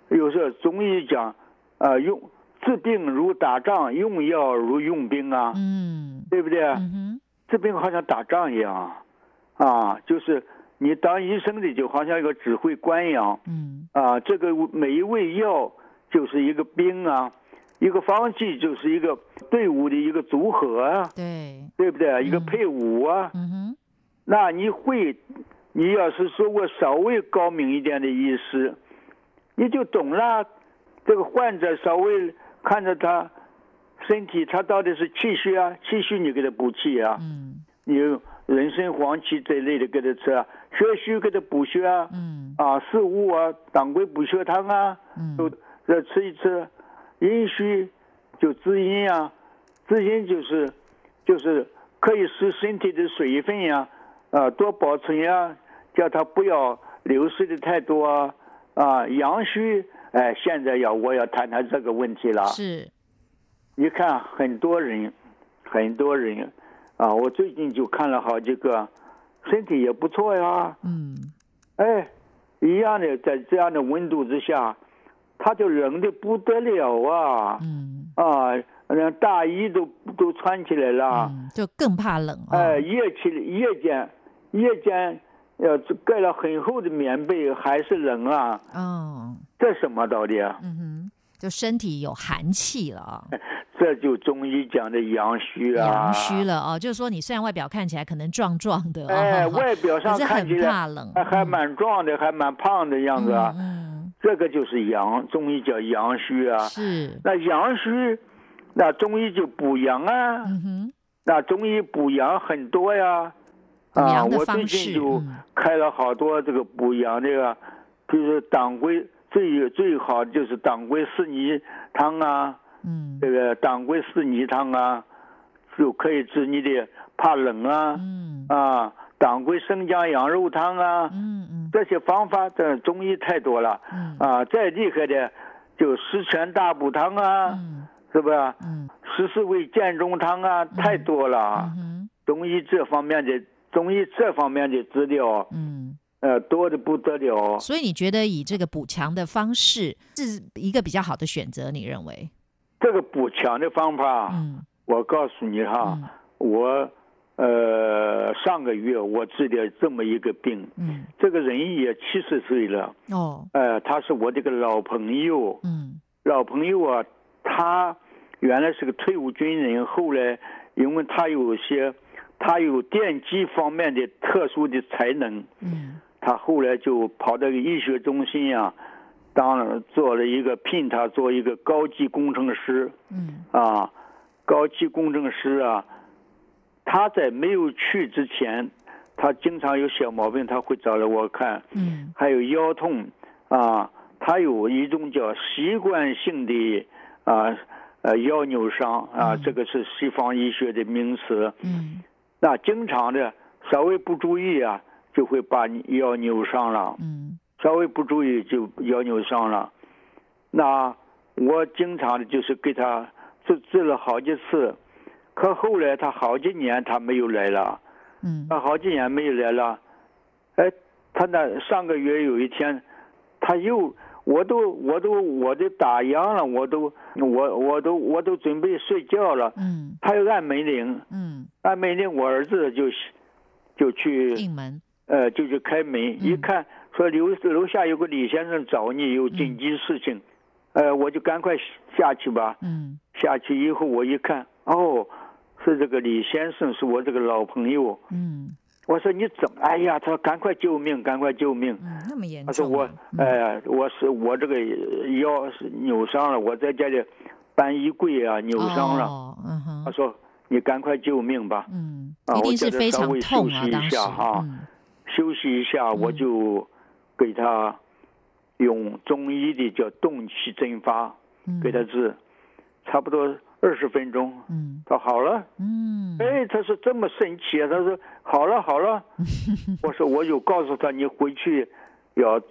有时候中医讲，啊，用治病如打仗，用药如用兵啊，嗯对不对？啊嗯哼，治病好像打仗一样，啊，就是你当医生的就好像一个指挥官一样，嗯啊，这个每一味药就是一个兵啊，一个方剂就是一个队伍的一个组合啊，对，对不对？一个嗯配伍啊。嗯哼，那你会，你要是受过稍微高明一点的医师，你就懂了。这个患者稍微看着他身体，他到底是气虚啊，气虚你给他补气啊，嗯你人参、黄芪这一类的给他吃啊，血虚给他补血啊，嗯啊，四物啊，当归补血汤啊，嗯就这吃一吃，阴虚就滋阴啊，滋阴就是就是可以使身体的水分呀、啊，多保存呀、叫它不要流失的太多啊。啊，阳虚，哎，现在要我要谈谈这个问题了。是，你看很多人，很多人，啊，我最近就看了好几个，身体也不错呀，嗯，哎，一样的，在这样的温度之下，他就冷的不得了啊，嗯，啊，那大衣都都穿起来了，嗯，就更怕冷啊。啊哎，夜起夜间夜间呃盖了很厚的棉被还是冷啊，哦，这什么道理啊？嗯哼，就身体有寒气了啊，这就中医讲的阳虚啊，阳虚了哦，就是说你虽然外表看起来可能壮壮的，哎，哦，外表上可是看起很来怕冷，还还嗯蛮壮的，还蛮胖的样子啊。嗯，这个就是阳，中医叫阳虚啊嗯。是，那阳虚，那中医就补阳啊。嗯哼，那中医补阳很多呀。补啊，阳的我最方式近就嗯开了好多这个补阳这个，比如说当归最最好就是当归四逆汤啊，嗯这个当归四逆汤啊，就可以治你的怕冷啊。嗯啊，当归生姜羊肉汤啊，嗯嗯这些方法这中医太多了嗯啊。再厉害的就十全大补汤啊，嗯是吧？嗯十四味健中汤啊，太多了嗯啊。哼中医这方面的中医这方面的资料，嗯，呃，多的不得了。所以你觉得以这个补强的方式是一个比较好的选择？你认为？这个补强的方法，嗯我告诉你哈，嗯我呃上个月我治疗这么一个病，嗯这个人也七十岁了，哦呃，他是我这个老朋友。嗯老朋友啊，他原来是个退伍军人，后来因为他有些他有电机方面的特殊的才能，嗯他后来就跑到医学中心啊，当了做了一个聘他做一个高级工程师嗯啊，高级工程师啊，他在没有去之前，他经常有小毛病，他会找来我看，嗯还有腰痛啊，他有一种叫习惯性的啊呃腰扭伤啊，嗯这个是西方医学的名词。嗯那经常的稍微不注意啊，就会把你腰扭伤了，嗯稍微不注意就腰扭伤了。那我经常的就是给他治治了好几次，可后来他好几年他没有来了。嗯他好几年没有来了。哎，他那上个月有一天，他又我都我都我都打烊了，我都我我都我都准备睡觉了，嗯他又按门铃，嗯，按门铃，我儿子就就去应门呃就去开门，一看说楼楼下有个李先生找你，有紧急事情，呃，我就赶快下去吧。嗯下去以后我一看，哦，是这个李先生，是我这个老朋友。嗯我说你怎么？哎呀，他说赶快救命，赶快救命！嗯，那么严他重啊？说我，嗯哎、呀，我是我这个腰是扭伤了，我在家里搬衣柜啊，扭伤了。哦、嗯他哼，说你赶快救命吧，嗯，啊一我定觉是得非稍常微痛休啊，息一当时下哈嗯休息一下，我就给他用中医的叫动气针法嗯，给他治，差不多二十分钟，嗯他好了。嗯哎，他说这么神奇啊！他说好了 好了，我说我有告诉他，你回去要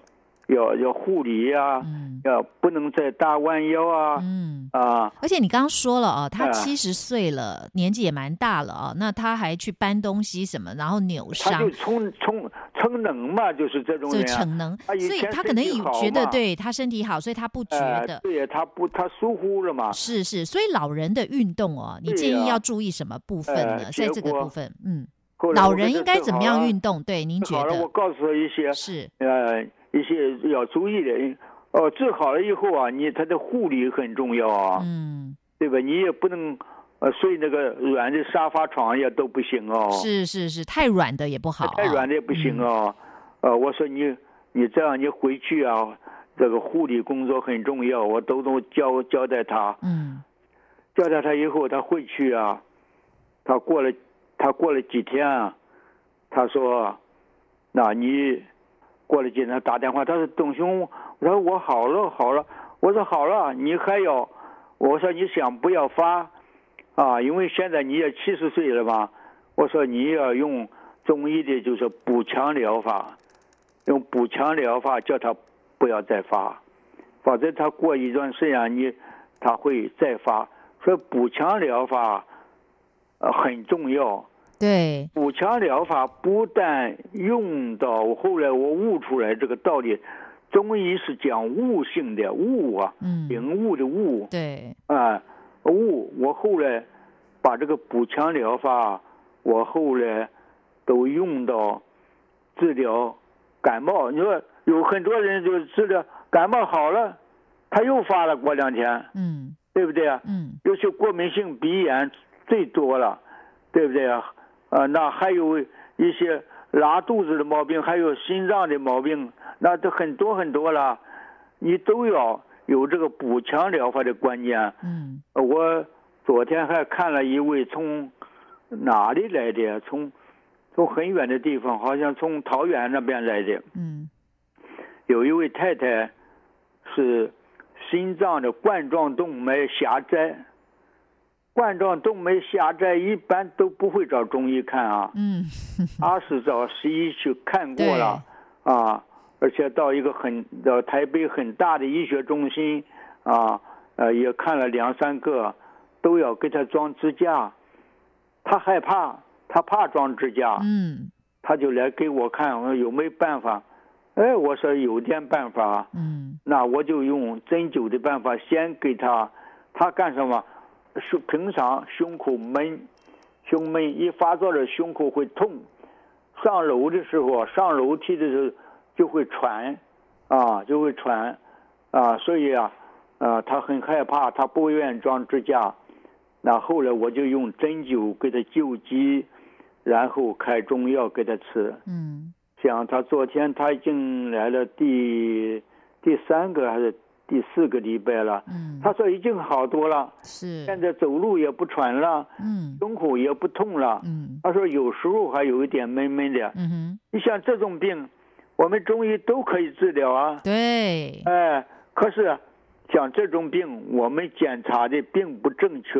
要要护理呀、嗯要不能再大弯腰啊、嗯。啊！而且你刚刚说了哦，他哎七十岁了，年纪也蛮大了哦，那他还去搬东西什么，然后扭他伤就，充充逞能嘛，就是这种就人、啊。逞能，他以所以前他可身能体以好觉得嘛对他身体好，所以他不觉哎、得。对，他不他疏忽了嘛，是是，所以老人的运动哦，你对建议呀要注意什么部分哎呢？在结这个果部分，嗯，后来老我给人他应该治怎么好样了运动？对，您治觉好了，我得告诉他一些是？呃一些要注意的。哦，治好了以后啊，你他的护理很重要啊。嗯，对吧？你也不能呃睡那个软的沙发床也都不行哦，是是是，太软的也不好、啊，太软的也不行哦。呃，我说你你这样你回去啊，这个护理工作很重要，我都都交交代他，嗯。交代他以后他回去啊，他过了他过了几天啊，他说，那你过了几天他打电话，他说董兄，我说我好了好了，我说好了，你还要我说你想不要发啊？因为现在你也七十岁了嘛。我说你要用中医的，就是补强疗法，用补强疗法叫他不要再发，否则他过一段时间你他会再发。所以补强疗法呃很重要。对，补强疗法不但用到，我后来我悟出来这个道理，中医是讲悟性的悟啊，嗯，领悟的悟对，啊，悟。我后来把这个补强疗法，我后来都用到治疗感冒。你说有很多人就是治疗感冒好了，他又发了，过两天，嗯对不对啊？嗯，尤其过敏性鼻炎最多了，对不对啊？呃，那还有一些拉肚子的毛病，还有心脏的毛病，那都很多很多了。你都要有这个补强疗法的观念。嗯呃我昨天还看了一位从哪里来的，从从很远的地方，好像从桃园那边来的，嗯，有一位太太是心脏的冠状动脉狭窄，冠状动脉狭窄一般都不会找中医 看啊，嗯，阿是找西医去看过对，了啊，而且到一个很到台北很大的医学中心啊，呃也看了两三个，都要给他装支架，他害怕，他怕装支架，嗯他就来给我看，我说有没有办法？哎，我说有点办法，啊嗯那我就用针灸的办法，先给他，他干什么？胸平常胸口闷，胸闷一发作了胸口会痛，上楼的时候啊上楼梯的时候就会喘，啊就会喘，啊所以啊，啊他很害怕，他不愿装支架，那后来我就用针灸给他救急，然后开中药给他吃。嗯，像他昨天他已经来了第第三个还是第四个礼拜了，嗯，他说已经好多了，现是，在走路也不喘了，嗯胸口也不痛了。嗯他说有时候还有一点闷闷的。嗯哼，你像这种病，我们中医都可以治疗啊。对，哎，可是像这种病，我们检查的并不正确，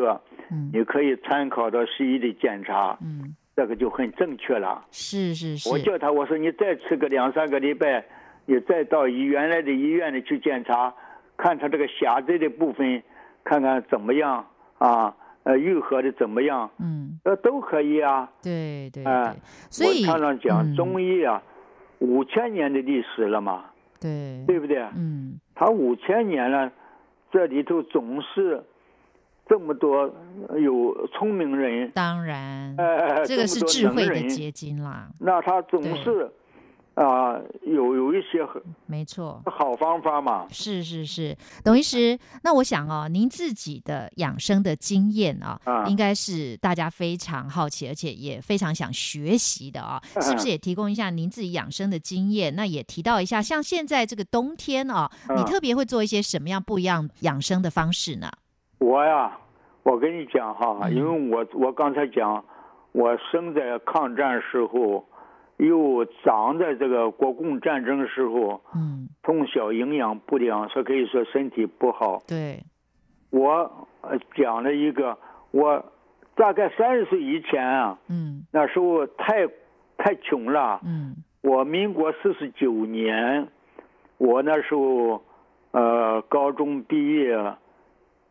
嗯你可以参考到西医的检查，嗯，这个就很正确了。是是是，我叫他，我说你再吃个两三个礼拜，你再到医原来的医院里去检查，看他这个狭窄的部分，看看怎么样啊，呃，愈合的怎么样，嗯，呃，都可以啊。对对哎对，所以我常常讲、嗯中医啊，五千年的历史了嘛，嗯对，对不对？嗯他五千年了，这里头总是这么多呃有聪明人，当然，呃，嗯这个么是多智能慧的人结晶啦，那他总对是啊、有有一些很没错。好方法嘛。是是是，董医师，那我想哦，您自己的养生的经验啊、啊应该是大家非常好奇，而且也非常想学习的啊、是不是也提供一下您自己养生的经验？那也提到一下，像现在这个冬天啊、你啊特别会做一些什么样不一样养生的方式呢？我呀，我跟你讲哈，嗯因为我我刚才讲，我生在抗战时候，又长在这个国共战争时候，嗯，从小营养不良，所以可以说身体不好。对，我呃讲了一个，我大概三十岁以前啊，嗯那时候太太穷了，嗯我民国四十九年，我那时候呃高中毕业，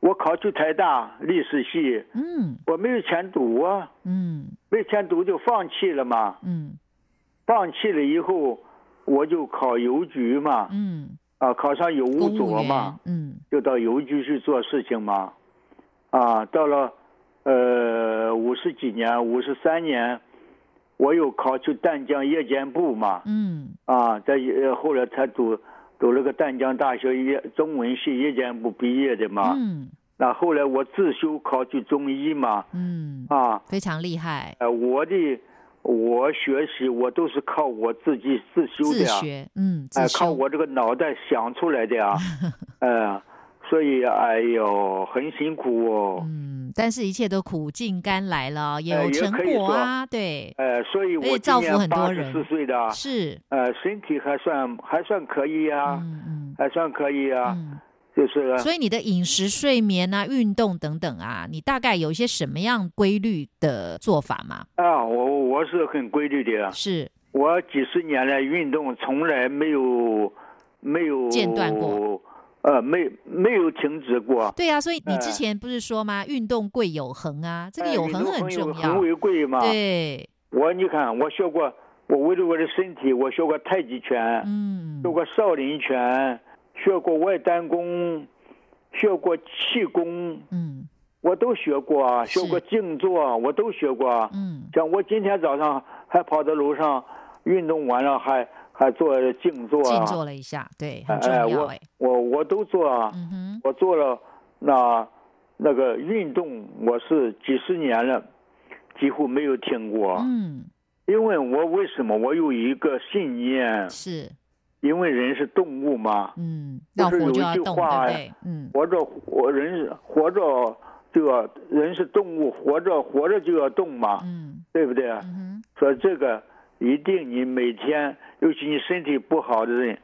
我考去台大历史系，嗯我没有钱读啊，嗯没钱读就放弃了嘛。嗯放弃了以后，我就考邮局嘛，嗯，啊，考上邮务公务所员嘛，，嗯就到邮局去做事情嘛。啊，到了呃五十几年，五十三年，我又考去淡江夜间部嘛。嗯啊，在呃后来才读读了个淡江大学夜中文系夜间部毕业的嘛。嗯那后来我自修考去中医嘛，嗯，啊，非常厉害，呃，我的我学习我都是靠我自己自修自的呀、学，嗯，哎、自靠修，我这个脑袋想出来的呀、 呃，所以哎呦，很辛苦哦。嗯，但是一切都苦尽甘来了，也呃有也成可以果啊，对，呃，所以而且我造今福年很多八十人四岁的啊，是，呃，身体还算还算可以呀、嗯嗯还算可以呀、嗯就是所以你的饮食、睡眠啊、运动等等啊，你大概有一些什么样规律的做法吗？啊，我我是很规律的，是我几十年来运动从来没有没有间断过，呃，没没有停止过。对啊，所以你哎之前不是说吗？运动贵有恒啊，这个哎有运恒动很有重恒要。为贵嘛。对，我你看，我学过，我为了我的身体，我学过太极拳，嗯学，过少林拳，学过外丹功，学过气功，嗯我都学过啊，是学过静坐，我都学过啊。嗯，像我今天早上还跑到楼上运动完了还，还做静坐啊静。坐了一下，对，哎很重哎要我哎。我我都做啊，嗯哼，我做了那那个运动，我是几十年了，几乎没有停过。嗯，因为我为什么我有一个信念，是，因为人是动物嘛，嗯，不要是活有就一要句动，对话不呀对？嗯，活着活人是活着就要人是动物，活着活着就要动嘛，嗯对不对？啊嗯哼，所以这个一定你每天，尤其你身体不好的人，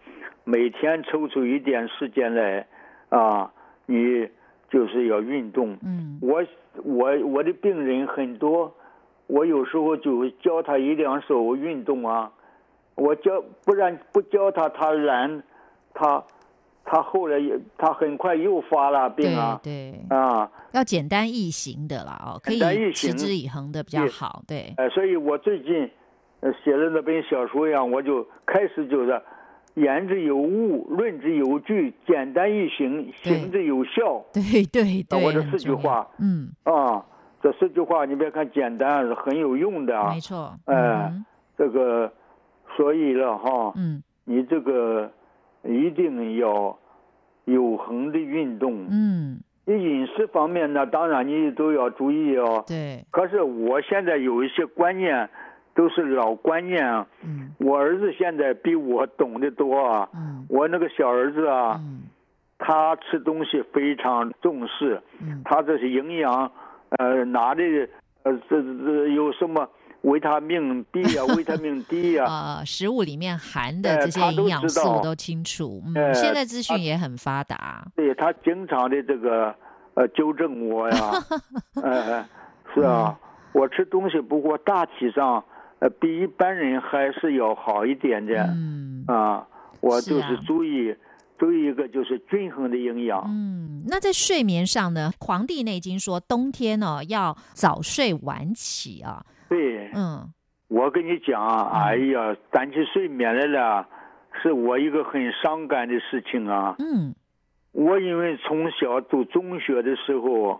每天抽出一点时间来啊，你就是要运动。嗯我我我的病人很多，我有时候就教他一两手运动啊，我教不然不教他他懒，他他后来也他很快又发了病对啊对，啊，要简单易行的啦哦，可以简单易持行之以恒的比较对好，对， 呃，所以我最近呃写了那本小说呀，我就开始就是言之有物，论之有据，简单易行，对行之有效对对啊对，我这很四句重要话，嗯，啊。这四句话你别看简单，是很有用的啊没。错，哎嗯这个，所以了哈哼，嗯你这个一定要有恒的运动。嗯，你饮食方面呢，当然你都要注意哦。对，可是我现在有一些观念，都是老观念啊。嗯我儿子现在比我懂得多啊。嗯我那个小儿子啊，嗯他吃东西非常重视，嗯他这是营养，呃，拿的呃这这有什么维他命 B 呀、维他命 D 啊呀、呃，食物里面含的哎这些他营都养知素道都清楚，嗯，哎现在资他讯也很发达，对他经常的这个呃纠正我 呀，呃，是啊，嗯我吃东西不过大体上呃比一般人还是要好一点的嗯啊，我是就啊是注意注意一个就是均衡的营养，嗯，那在睡眠上呢，《黄帝内经》说冬天哦要早睡晚起啊，对。嗯我跟你讲啊，嗯哎呀，谈起睡眠来了，是我一个很伤感的事情啊。嗯我因为从小读中学的时候，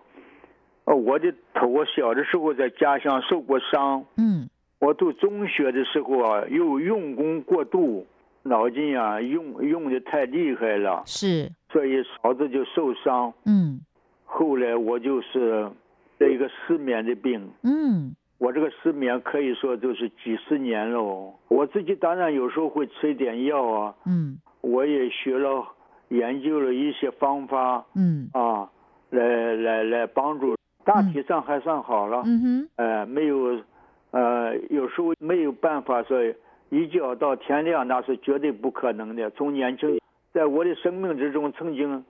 呃，我的头，我小的时候在家乡受过伤。嗯我读中学的时候啊，又用功过度，脑筋啊用用的太厉害了，是，所以脑子就受伤。嗯后来我就是得一个失眠的病。嗯我这个失眠可以说就是几十年了哦。我自己当然有时候会吃一点药啊，嗯我也学了、研究了一些方法嗯啊，来来来帮助。大体上还算好了，嗯哼，呃，没有，呃，有时候没有办法说一觉到天亮，那是绝对不可能的。从年轻，在我的生命之中，曾经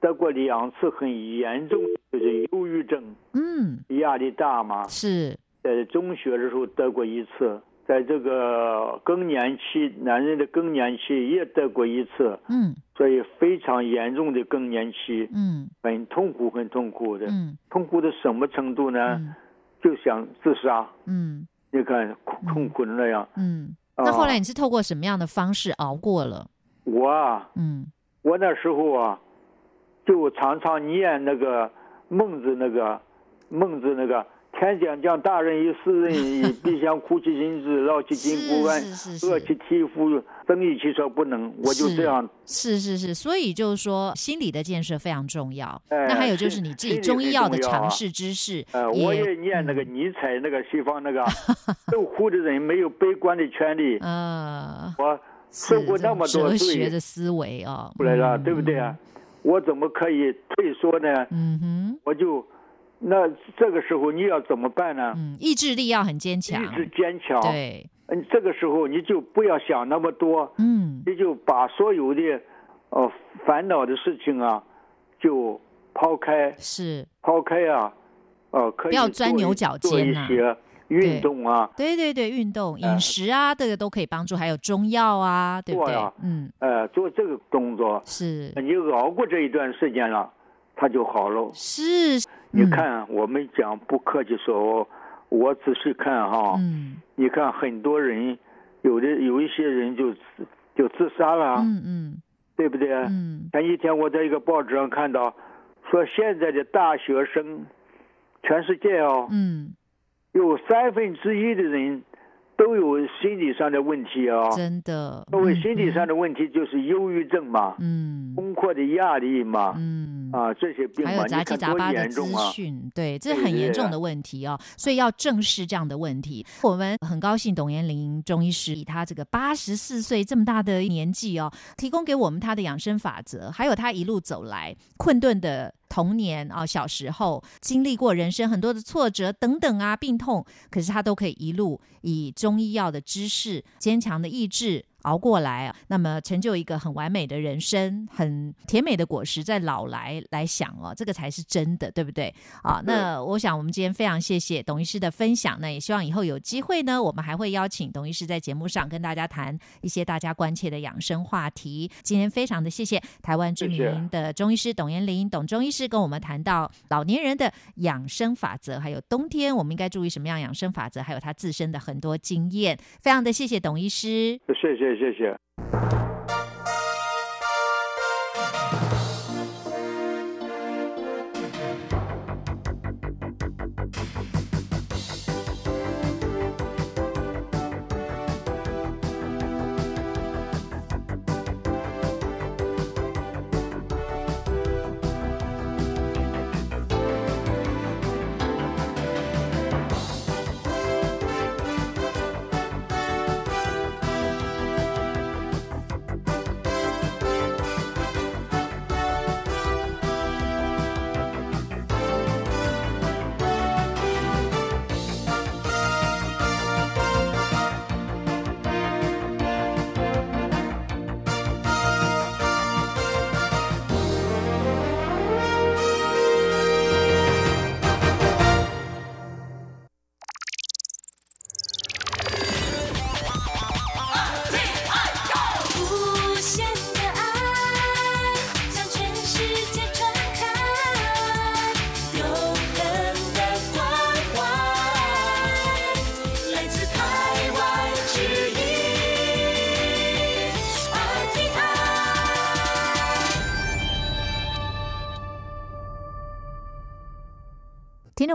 得过两次很严重的就是忧郁症，嗯压力大嘛，是，在中学的时候得过一次，在这个更年期，男人的更年期也得过一次，嗯所以非常严重的更年期，嗯很痛苦，很痛苦的，嗯痛苦到什么程度呢？嗯就想自杀，嗯你看苦嗯痛苦的那样。嗯。啊那后来你是透过什么样的方式熬过了？我啊，嗯我那时候啊，就常常念那个孟子那个孟子那个。天将降大任于斯人也，必先苦其心志，劳其筋骨，安是是饿是其是体肤，增益其所不能。我就是这样，是是是，所以就是说心理的建设非常重要。哎那还有就是心你自己心理中医很药的重要常啊识知识，呃，我也念嗯那个尼采那个西方那个， 受苦的人没有悲观的权利。呃，我是受过这那种么多哲学罪的思维哦，出来了，嗯对不对啊？？我怎么可以退缩呢？嗯哼，我就那这个时候你要怎么办呢？嗯，意志力要很坚强意，志坚强。对，嗯，这个时候你就不要想那么多，嗯你就把所有的呃烦恼的事情啊，就抛开是，抛开啊，呃，可以不要钻做一牛角做一尖啊些对运动啊，对对对，运动、饮呃食啊，这个都可以帮助，还有中药啊，对不对对啊？嗯，呃，做这个动作，是你熬过这一段时间了，它就好了。是，你嗯，看，我们讲不客气说，哦我仔细看哈，嗯你看很多人，有的有一些人就自就自杀了啊，嗯嗯对不对？嗯，前几天我在一个报纸上看到，说现在的大学生，全世界哦，嗯，有三分之一的人都有心理上的问题啊、真的，所谓嗯心理上，的问题就是忧郁症嘛，嗯工作的压力嘛，嗯。啊这些病还嘛，有你杂七看杂多八的严资重啊！讯，对，这对很对严重啊的问题哦，所以要正视这样的问题。我们很高兴董延龄中医师以他这个八十四岁这么大的年纪哦，提供给我们他的养生法则，还有他一路走来困顿的。童年啊、小时候经历过人生很多的挫折等等啊，病痛，可是他都可以一路以中医药的知识、坚强的意志熬过来，啊那么成就一个很完美的人生，很甜美的果实，在老来来想哦，这个才是真的，对不对？啊，那我想我们今天非常谢谢董医师的分享，那也希望以后有机会呢，我们还会邀请董医师在节目上跟大家谈一些大家关切的养生话题。今天非常的谢谢台湾知谢谢名的中医师董延林董中医师跟我们谈到老年人的养生法则，还有冬天我们应该注意什么样养生法则，还有他自身的很多经验。非常的谢谢董医师。谢谢谢谢。无限的爱向全世界传开，永恒的关怀来自台湾之音。爱的爱。听众